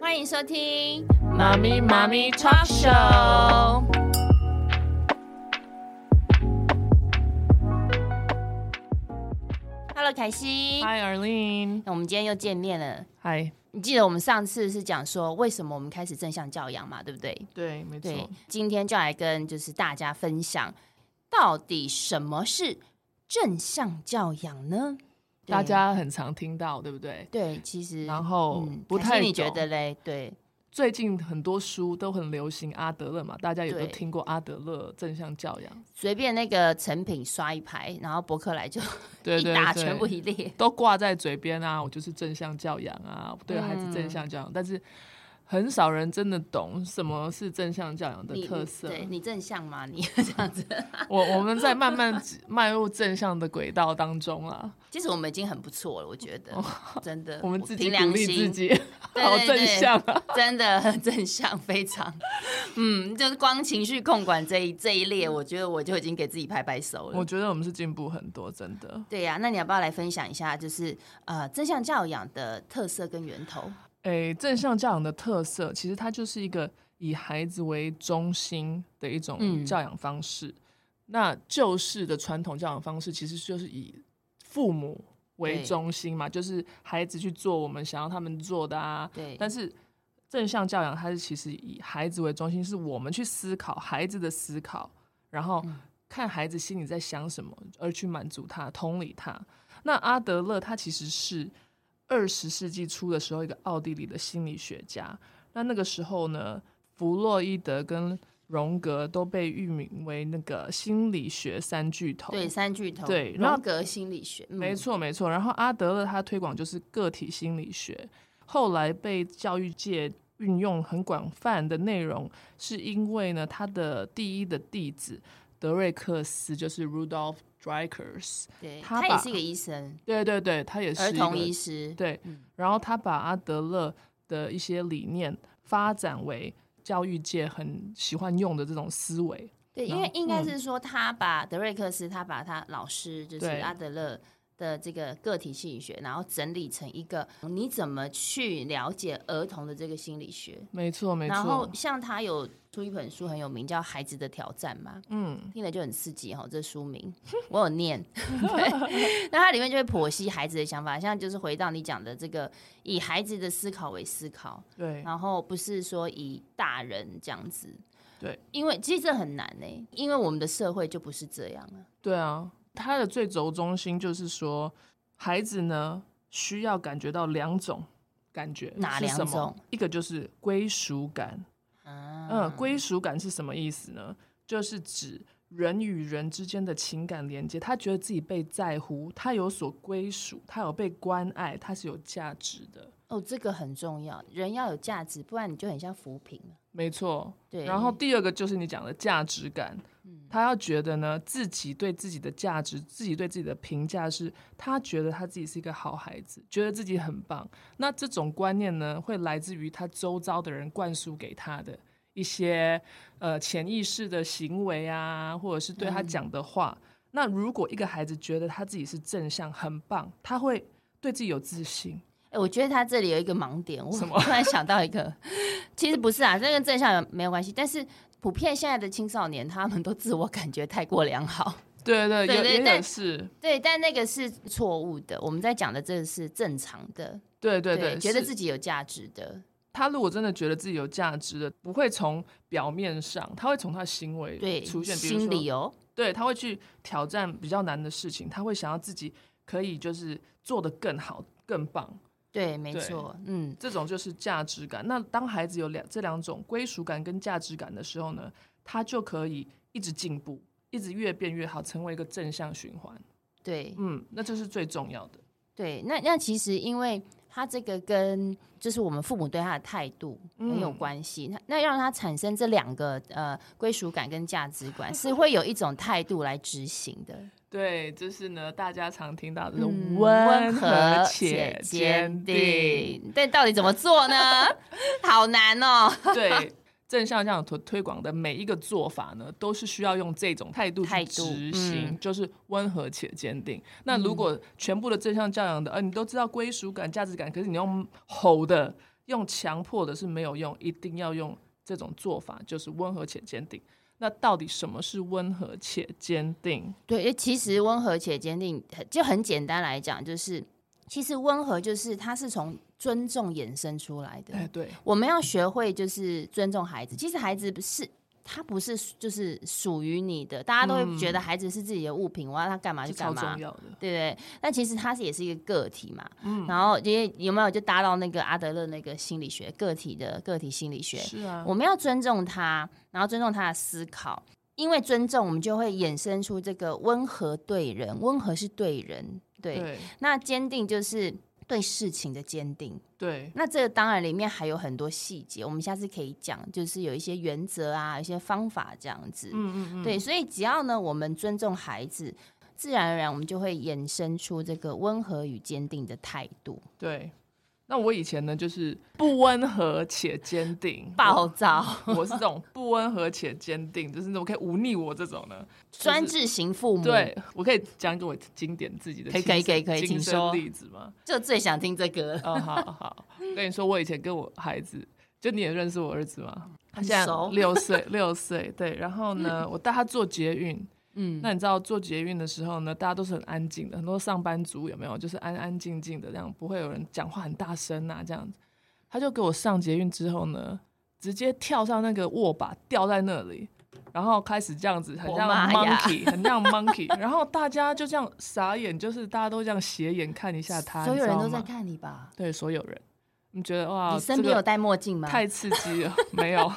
欢迎收听《妈咪妈咪 Talk Show》。 Hello，凯西。 Hi Arlene，那我们今天又见面了。嗨，你记得我们上次是讲说为什么我们开始正向教养嘛，对不对？对，没对错，，今天就来跟就是大家分享，到底什么是正向教养呢？对大家很常听到，对不对？对，其实嗯然后不凯西太你觉懂得嘞？对，最近很多书都很流行阿德勒嘛，大家也都对听过阿德勒正向教养，随便那个成品刷一排，然后博客来就对对一打对全部一嗯列。都挂在嘴边啊，我就是正向教养啊，我对孩子正向教养，但是很少人真的懂什么是正向教养的你特色。对你正向吗？ 你这样子，我我们在慢慢迈入正向的轨道当中 啦，其实我们已经很不错了，我觉得，真的，哦 我们自己凭鼓良励心，自己，对好对正对向啊！真的很正向，非常，嗯，就是光情绪控管这一这一列，我觉得我就已经给自己拍拍手我了。觉得我们是进步很多，真的。对呀、那你要不要来分享一下，就是呃正向教养的特色跟源哦头？诶，正向教养的特色，其实它就是一个以孩子为中心的一嗯种教养方式。那旧式的传统教养方式，其实就是以父母为对中心嘛，就是孩子去做我们想要他们做的啊。对，但是正向教养，它是其实以孩子为中心，是我们去思考孩子的思考，然后嗯看孩子心里在想什么，而去满足他、同理他。那阿德勒他其实是二十世纪初的时候一个奥地利的心理学家。那那个时候呢，弗洛伊德跟荣格都被誉名为那个心理学三巨头。对三巨头，对然后荣格心理学，嗯没错，没错。然后阿德勒他推广就是个体心理学，后来被教育界运用很广泛的内容，是因为呢，他的第一的弟子德瑞克斯就是 Rudolf Dreikers，对，他他也把是一个医生，对对对，他也是儿一童个医师，对嗯，然后他把阿德勒的一些理念发展为教育界很喜欢用的这种思维，对，因然为后应该嗯是说他把德瑞克斯，他把他老师就是对阿德勒的这个个体心理学，然后整理成一个你怎么去了解儿童的这个心理学。没错没然后错，像他有出一本书很有名叫《孩子的挑战》嘛，嗯。听了就很刺激哈、哦，这书名我有念。 对，那它里面就会剖析孩子的想法，像就是回到你讲的这个以孩子的思考为思考，对然后不是说以大人这样子。对，因为其实这很难呢、欸因为我们的社会就不是这样了。对啊，他的最轴中心就是说，孩子呢需要感觉到两种感觉，哪是两什么种？一个就是归属感，啊，嗯，归属感是什么意思呢？就是指人与人之间的情感连接，他觉得自己被在乎，他有所归属，他有被关爱，他是有价值的。哦，这个很重要，人要有价值，不然你就很像浮萍了。没错，对嗯然后第二个就是你讲的价值感，他要觉得呢自己对自己的价值，自己对自己的评价是，他觉得他自己是一个好孩子，觉得自己很棒。那这种观念呢，会来自于他周遭的人灌输给他的一些呃潜意识的行为啊，或者是对他嗯讲的话。那如果一个孩子觉得他自己是正向、很棒，他会对自己有自信。哎、我觉得他这里有一个盲点，我突然想到一个， 其实不是啊，这跟正向有没有关系，但是普遍现在的青少年他们都自我感觉太过良好， 对对，对有对也但有是，对，但那个是错误的，我们在讲的这个是正常的，对对对，觉得是自己有价值的，他如果真的觉得自己有价值的，不会从表面上，他会从他的行为对，出现，比如心理说，哦，对，他会去挑战比较难的事情，他会想要自己可以就是做得更好、更棒，对，没对错，嗯，这种就是价值感。那当孩子有两这两种归属感跟价值感的时候呢，他就可以一直进步，一直越变越好，成为一个正向循环。对，嗯，那这是最重要的。对，那那其实因为他这个跟就是我们父母对他的态度很有嗯关系，那、那让他产生这两个呃归属感跟价值观，是会有一种态度来执行的。对，就是呢，大家常听到的嗯温和且坚定。，但到底怎么 做呢？好难哦， 对正向这样推推广的每一个做法呢，都是需要用这种态度态去度执行，嗯就是温和且坚定。那如果全部的正向教养的，呃，你都知道归属感、价值感，可是你用吼的。用强迫的是没有用，一定要用这种做法，就是温和且坚定。那到底什么是温和且坚定？对，诶其实温和且坚定，就很简单来讲，就是其实温和就是它是从尊重衍生出来的。哎，对，我们要学会就是尊重孩子。其实孩子不是他不是就是属于你的，大家都会觉得孩子是自己的物品，我要他干嘛嗯这就超干嘛重。要的。对对，但其实他是也是一个个体嘛，嗯然后因为有没有就搭到那个阿德勒那个心理学个体的个体心理学，是啊，我们要尊重他，然后尊重他的思考，因为尊重，我们就会衍生出这个温和对人，温和是对人，对，对那坚定就是对事情的坚定。对那这个当然里面还有很多细节，我们下次可以讲，就是有一些原则啊，有一些方法这样子。嗯嗯嗯，对，所以只要呢，我们尊重孩子，自然而然我们就会衍生出这个温和与坚定的态度。对。那我以前呢，就是不温和且坚定，暴躁、 我是这种不温和且坚定，就是怎么可以忤逆我这种呢？专制型父母，，对我可以讲一个我经典自己的可以嗯可以可以可以亲请身说例子吗？就最想听这个了。哦，好好，跟你说，我以前跟我孩子，就你也认识我儿子吗？他很现在熟六岁，六岁，对。然后呢，我带他做捷运， 嗯，那你知道做捷运的时候呢，大家都是很安静的，很多上班族有没有？就是安安静静的，这样不会有人讲话很大声啊，这样子。他就给我上捷运之后呢，直接跳上那个握把，吊在那里，然后开始这样子，很我像妈呀 monkey，很像 monkey。然后大家就这样傻眼，就是大家都这样斜眼看一下他，所啊你有知人道都在吗看你吧？对所有人，你觉得哇，你身这边个有戴墨镜 吗？太刺激了，没有，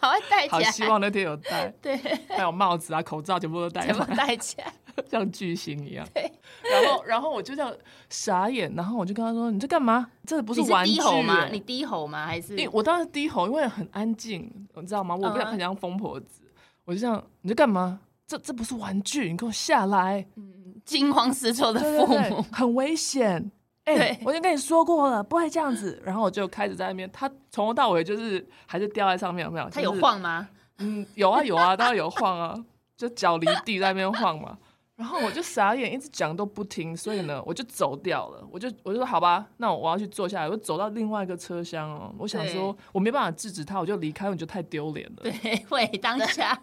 把它戴好起希来，望那天有戴，对，还有帽子啊、口罩全部都戴全部上，戴起来。 像巨星一样。对，然后然后我就这样傻眼，然后我就跟他说：“你在干嘛？这不你是玩具、低吼吗？欸你低吼吗？还是因为我当时低吼，因为很安静，你知道吗？我不想嗯很像疯婆子，我就这样，你在干嘛？这这不是玩具，你给我下来！惊慌失措的对父对对母？很 危险。哎、对我已经跟你说过了，不会这样子。然后我就开始在那边，他从头到尾就是还是吊在上面，有没有？他就有是，晃吗？嗯，有啊有啊， 当然有晃啊，就脚离地在那边晃嘛。然后我就傻眼，一直讲都不听，所以呢，我就走掉了。我就我就说好吧，那我要去坐下来，我就走到另外一个车厢哦。我想说，我没办法制止他，我就离开，我觉得太丢脸了。对，会当下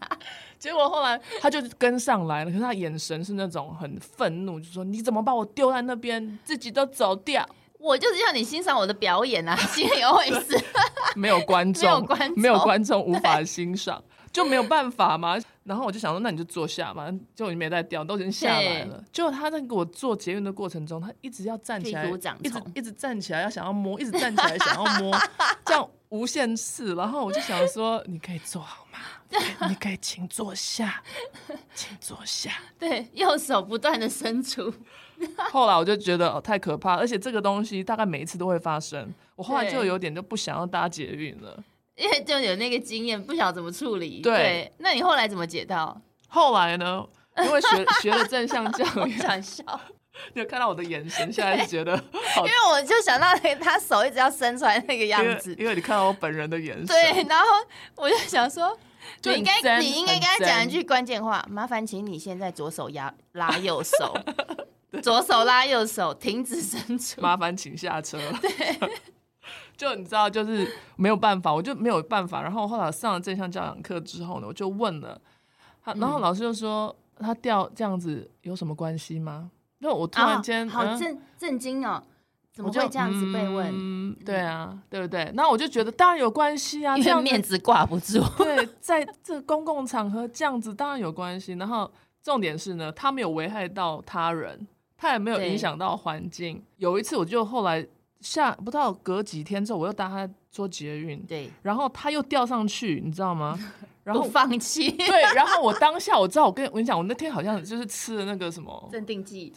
结果后来他就跟上来了，可是他眼神是那种很愤怒，就说你怎么把我丢在那边，自己都走掉， 我就是要你欣赏我的表演啊，心里有意思。 没有观众，没有观众没有观众无法欣赏，就没有办法嘛。然后我就想说，那你就坐下嘛，就你没在掉，都已经下来了。结果他在给我做捷运的过程中，他一直要站起来屁股长，一直虫一直站起来，要想要摸，一直站起来想要摸， 这样无限次。然后我就想说，你可以坐好 吗？对你可以请坐下，请坐下。对，右手不断的伸出，后来我就觉得哦太可怕，而且这个东西大概每一次都会发生。我后来就有点就不想要搭捷运了。因为就有那个经验，不晓得怎么处理。对对，那你后来怎么解套？后来 呢，因为学学了正向教我 育，想 笑，你有看到我的眼神，现在是觉得好因为我就想到那个他手一直要伸出来那个样子因为，因为你看到我本人的眼神，对，然后我就想说，就你应很真该你应该很跟他讲一真句关键话，麻烦请你现在左手压拉右 手，左手拉右手，停止伸出。麻烦请 下车。 就你知道，就是没有办法，我就没有办法。然后后来上了正向教养课之后呢，我就问了嗯他，然后老师就说、他掉这样子有什么关系吗？因为我突然间、啊好嗯震震惊哦，怎我么就会这样子被问？嗯，对啊，对不对？那我就觉得当然有关系啊，这因为样子面子挂不住。 对，在这公共场合这样子当然有关系。然后重点是呢，他没有危害到他人，他也没有对影响到环境。有一次，我就后来下不到隔几天之后，我又搭他做捷运，对， 然后他又掉上去，你知道吗？然不后放弃 对，然后我当下我知道，我跟我跟你讲，我那天好像就是吃了那个什么 镇定 剂，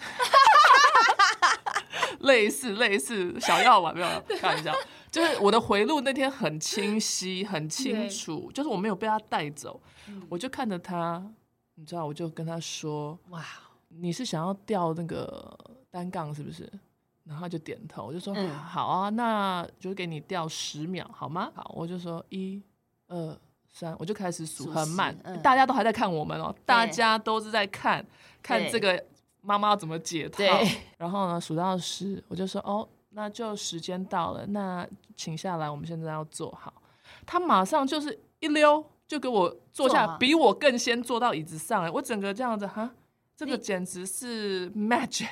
类似类似小药丸，没有开玩笑，就是我的回路那天很清晰、很清楚，就是我没有被他带走，我就看着他，你知道，我就跟他说哇，：“你是想要吊那个单杠是不是？”然后他就点头，我就说：“嗯好啊，那就给你吊十秒好吗？”好，我就说一、二。三，我就开始数数很慢十，嗯大家都还在看我们哦，大家都是在看看对这个妈妈要怎么解套对。然后呢，数到十，我就说哦，那就时间到了，那请下来，我们现在要坐好。他马上就是一溜就给我坐啊下，坐好比我更先坐到椅子上欸来，我整个这样子哈，这个你简直是 magic。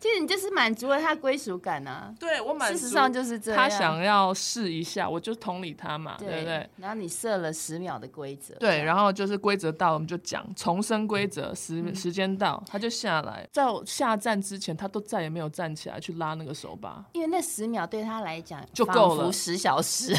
其实你就是满足了他归属感啊。对我满事足实上就是这样。他想要试一下，我就同理他嘛，对不对？然后你设了十秒的规则，对，然后就是规则到，我们就讲重申规则，时时间到，他就下来，在我下站之前，他都再也没有站起来去拉那个手把。因为那十秒对他来讲就够了十小 时。因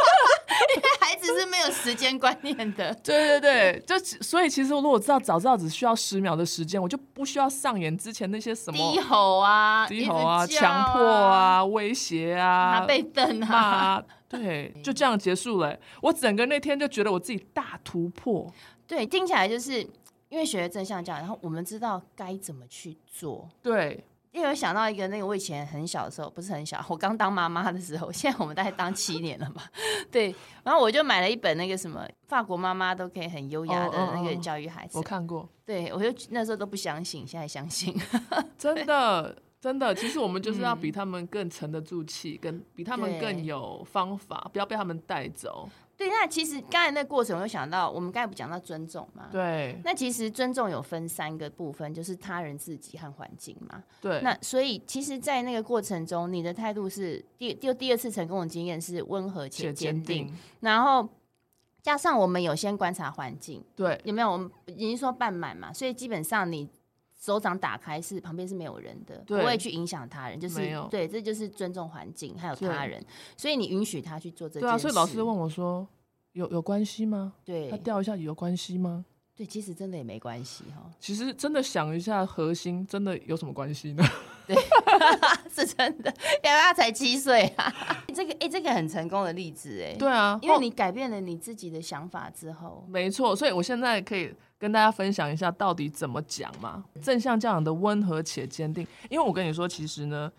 为孩子是没有时间观念的，对对对，就其所以其实如果我知道早知道只需要十秒的时间，我就不需要上演之前那些什么低吼啊，低吼啊、一直叫强迫，啊、威胁啊 拿、被瞪骂啊，啊， 对，就这样结束了。我整个那天就觉得我自己大突破，对，听起来就是因为学了正向教养，然后我们知道该怎么去做。对，因为我想到一个那个，我以前很小的时候，不是很小，我刚当妈妈的时候， 现在我们大概当七年了吧，对。然后我就买了一本那个什么法国妈妈都可以很优雅哦哦的那个哦教育孩子，我看 过，对我就那时候都不相信，现在相信。 真的。真的，其实我们就是要比他们更沉得住气，跟比他们嗯对更有方法，不要被他们带走。对，那其实刚才那过程，我就想到，我们刚才不讲到尊重嘛？。对那其实尊重有分三个部分，就是他人、自己和环境嘛。对，那所以其实，在那个过程中，你的态度是第就第二次成功的经验是温和且且坚坚定，，然后加上我们有先观察环境，对有没有？我们已经说半满嘛，所以基本上你手掌打开是旁边是没有人的，不对会去影响他人，就是没有对，这就是尊重环境还有对他人，所以你允许他去做这件事。对啊。所以老师问啊我说：“有有关系吗？他对掉一下有关系吗对，其实真的也没关系哈？”，其实真的想一下，核心真的有什么关系呢？ 是真的，因为他才七岁啊。 这个哎、这个很成功的例子哎、， 对啊，因为你改变了你自己的想法之后哦，没错，所以我现在可以跟大家分享一下到底怎么讲嘛。正向教养的温和且坚定，因为我跟你说，其实呢，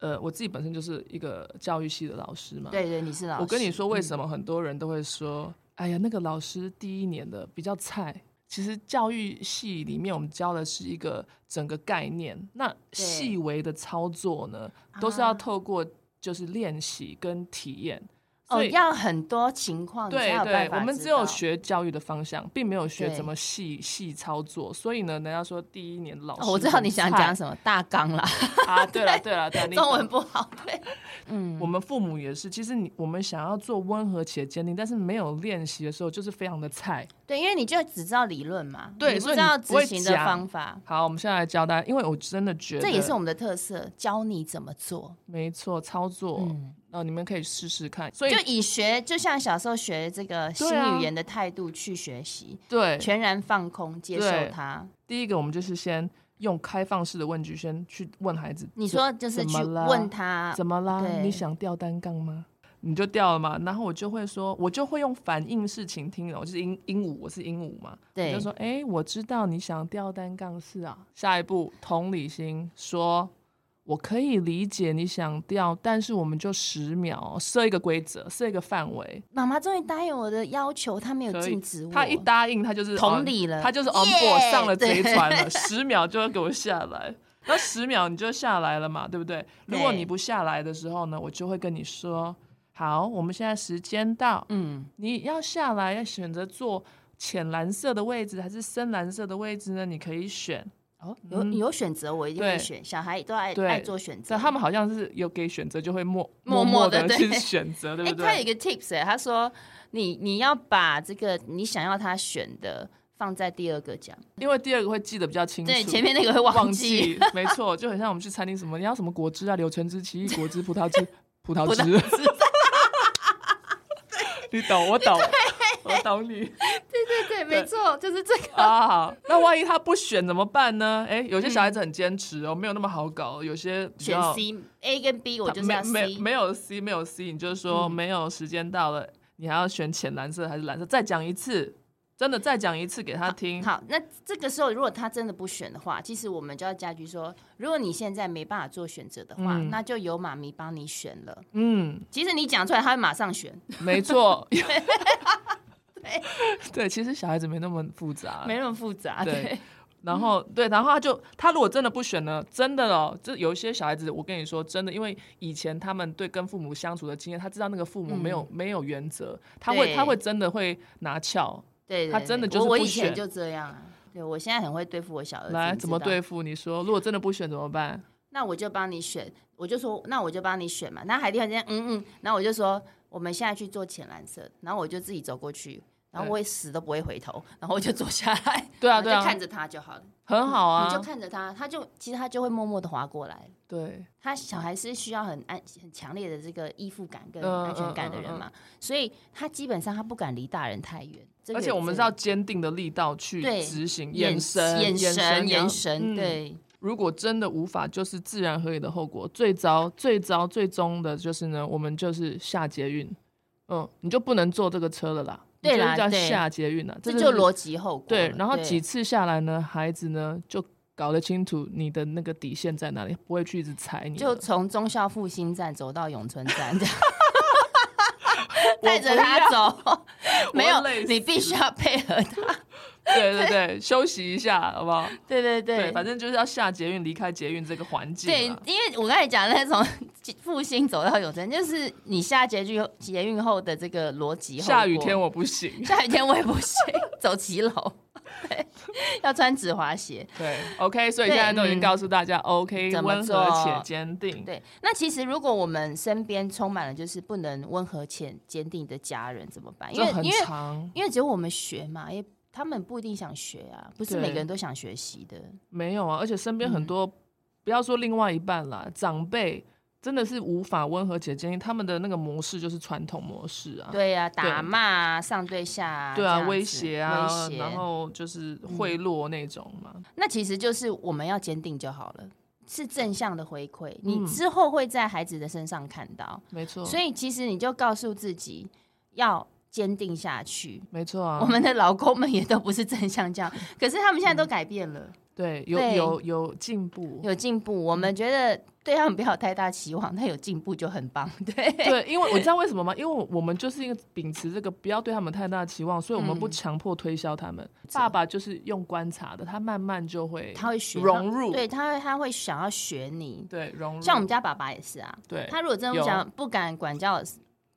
呃，我自己本身就是一个教育系的老师嘛。，对对，你是老师，嗯我跟你说，为什么很多人都会说，哎呀，那个老师第一年的比较菜。其实教育系里面，我们教的是一个整个概念，那细微的操作呢，都是要啊透过就是练习跟体验。哦，所以要很多情况你才对有对办，法我们知只有道学教育的方向，并没有学对怎么细细操作。所以呢，人家说第一年老师、哦，我知道你想讲什什么大纲啦，么啊？对了对 了对了，你中懂文不好， 对，嗯，我们父母也是，其实你我们想要做温和且坚定，但是没有练习的时候，就是非常的菜。对，因为你就只知道理论嘛，对你不所以知你道不会执行的讲方法，好，我们现在来教大家，因为我真的觉得这也是我们的特色，教你怎么做。没错操作，嗯，呃，你们可以试试看。所以就以学，就像小时候学这个新对啊语言的态度去学习，对，全然放空接对受它。第一个我们就是先用开放式的问句，先去问孩子，你说就是怎去么啦问他，怎么啦？啊对你想掉单杠吗？你就掉了嘛。然后我就会说，我就会用反应式倾听了，我就是鹦鹦鹉，我是鹦鹉嘛。我对就，说，哎、我知道你想掉单杠是啊。下一步同理心说。我可以理解你想掉，但是我们就十秒哦设一个规则，设一个范围。妈妈终于答应我的要求，她没有所以禁止我，他一答应，他就是同 on- 理了哦他就是 on 耶 board 上了贼对船了，十秒就要给我下来。那十秒你就下来了嘛，对不对？如果对你不下来的时候呢，我就会跟你说，好，我们现在时间到，嗯，你要下来要选择坐浅蓝色的位置还是深蓝色的位置呢？你可以选。哦，有嗯有选择，我一定对会选，小孩都爱对爱做选择但，他们好像是有给选择，就会默默默默地去对选择，对哎、不他有一对？个 tips 哎、他说你你要把这个你想要他选的放在第二个讲，因为第二个会记得比较清楚。对，前面那个会忘记。记，没错，就很像我们去餐厅什么，你要什么果汁啊，柳橙汁、奇异果汁、葡萄汁、葡萄汁，你懂，我懂，我懂你 对对，没错，就是这个。啊。好那万一他不选怎么办呢？哎，有些小孩子很坚持哦，没有那么好搞，有些比嗯选较 C A 跟 B，我他就是要没没 C。嗯没有 C，没有 C，你就是说没有时间到了，你还要选浅蓝色还是蓝色？再讲一次，真的再讲一次给他听。好，那这个时候如果他真的不选的话，其实我们就要加句说，如果你现在没办法做选择的话，嗯那就由妈咪帮你选了。嗯，其实你讲出来，他会马上选，没错。 对对，其实小孩子没那么复杂，没那么复杂。啊对对，然后对，然后他就他如果真的不选呢，真的哦，这有一些小孩子，我跟你说真的，因为以前他们对跟父母相处的经验，他知道那个父母没有、没有原则，他嗯会对他会真的会拿翘对对他对真的就是我我不以前选就这样啊。对，我现在很会对付我小儿子。来你怎么知道对付。你说如果真的不选怎么办？那我就帮你选，我就说那我就帮你选嘛。那海蒂很间，嗯嗯，然后我就说我们现在去做浅蓝色，然后我就自己走过去，然后我也死都不会回头，然后我就坐下来， 对然啊后对啊就看着他就好了，很好你就啊，看着他，他就其实他就会默默的划过来。对，他小孩是需要很安很强烈的这个依附感跟嗯安全感的人嘛，所以他基本上他不敢离大人太远。这个而且我也们是要坚定的力道去对执行，眼神、眼眼神、你要眼神，。嗯对，如果真的无法，就是自然合理的后果。最糟、最糟、最终的就是呢，我们就是下捷运，嗯，你就不能坐这个车了啦。对啦你就是对叫下捷运啦，这就就是逻辑后果了。对。然后几次下来呢，孩子呢就搞得清楚你的那个底线在哪里，不会去一直踩你了。就从忠孝复兴站走到永春站，这 样不带着他走，没有我累，死你必须要配合他。对对对，休息一下，好不好？对 对对，反正就是要下捷运，离开捷运这个环境啊对啦。，因为我刚才讲的那种复兴走到永春，就是你下捷运捷运后的这个逻辑后果。下雨天我不行。 下雨天我也不行，走骑楼，对，要穿止滑鞋。对，OK，所以现对在都已经嗯告诉大家，OK，怎么温和做且坚定。对，那其实如果我们身边充满了就是不能温和且坚定的家人怎么办？因这为很因为长，因为只有我们学嘛，也他们不一定想学啊，不是对每个人都想学习的。没有啊，而且身边嗯很多，不要说另外一半啦，长辈真的是无法温和且坚定，他们的那个模式就是传统模式啊。对啊，打骂啊，上对下啊，对这啊，样子威胁啊，威胁。嗯然后就是贿赂那种嘛。那其实就是我们要坚定就好了。是正向的回馈，嗯你之后会在孩子的身上看到，没错，所以其实你就告诉自己要坚定下去，没错啊。我们的老公们也都不是正向这样，可是他们现在都改变了，对有对有有进步。有进步。嗯我们觉得对他们不要有太大期望，但有进步就很棒。对，对，因为我知道为什么吗？因为我我们就是因为秉持这个不要对他们太大的期望，所以我们不嗯强迫推销他们。爸爸就是用观察的，他慢慢就会 他会学融入对，他会他会想要学你。对融入。像我们家爸爸也是啊，对他如果真的有不想不敢管教，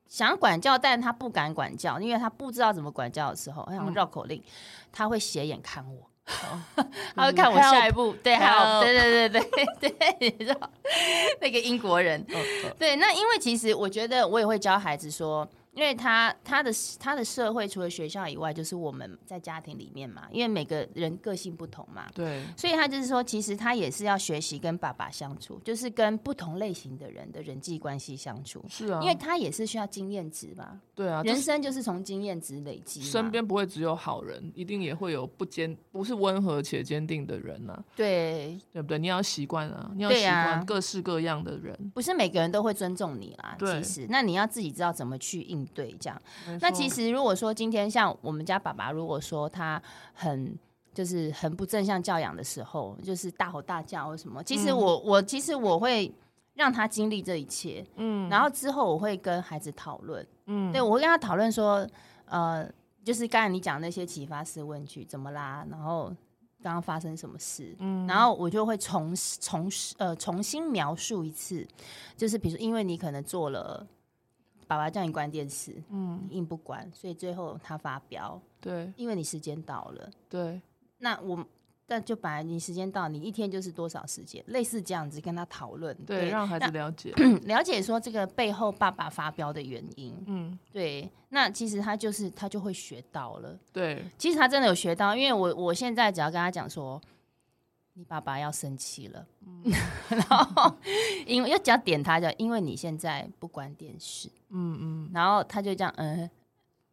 想管教，但他不敢管教，因为他不知道怎么管教的时候，他嗯想绕口令，他会斜眼看我。 他会看我下一步，对，还有，嗯 help 对对对对对，你知道那个英国人，呃呃对，那因为其实我觉得我也会教孩子说，因为他他的他的社会除了学校以外，就是我们在家庭里面嘛，因为每个人个性不同嘛，对所以他就是说，其实他也是要学习跟爸爸相处，就是跟不同类型的人的人际关系相处，是啊，因为他也是需要经验值嘛，对啊，人就是生就是从经验值累积嘛。身边不会只有好人，一定也会有不坚不是温和且坚定的人呐、对，对不对？你要习惯啊，你要习对啊惯各式各样的人。不是每个人都会尊重你啦。对其实，那你要自己知道怎么去应对这样。那其实实如果说今天像我们家爸爸，如果说他很就是很不正向教养的时候，就是大吼大叫或什么，其实我、我其实我会让他经历这一切，嗯，然后之后我会跟孩子讨论，嗯，对我会跟他讨论说，呃，就是刚才你讲那些启发式问句，怎么啦？然后。刚刚发生什么事？嗯，然后我就会重重呃重新描述一次，就是比如说，因为你可能做了，爸爸叫你关电视，你硬不管，所以最后他发飙，对因为你时间到了。对那我但就本来你时间到，你一天就是多少时间，类似这样子跟他讨论，对，让孩子了 解。那了解说这个背后爸爸发飙的原因。嗯，对，那其实他就是他就会学到了，对其实他真的有学到，因为我我现在只要跟他讲说。你爸爸要生气了，嗯 然后因为又只要点他，就因为你现在不关电视，嗯嗯。然后他就这样，嗯，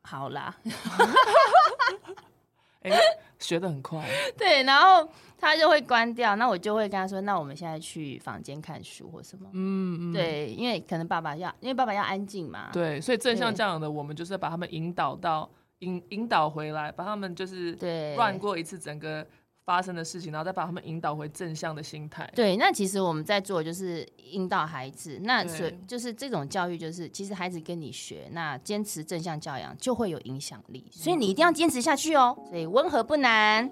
好啦，哎、学的很快。对，然后他就会关掉，那我就会跟他说，那我们现在去房间看书或什么。嗯嗯。对，因为可能爸爸要，因为爸爸要安静嘛。对，所以正向对教养的，我们就是把他们引导到引引导回来，把他们就是对乱过一次整个发生的事情，然后再把他们引导回正向的心态。对那其实我们在做就是引导孩子，那对所以就是这种教育，就是其实孩子跟你学，那坚持正嗯向教养就会有影响力，所以你一定要坚持下去哦。所以温和不难，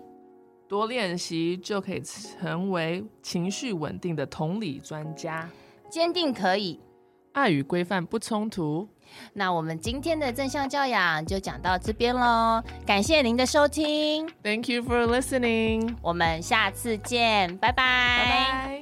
多练习就可以成为情绪稳定的同理专家。坚定可以。爱与规范不冲突。那我们今天的正向教养就讲到这边喽，感谢您的收听， Thank you for listening。我们下次见，拜拜。拜拜。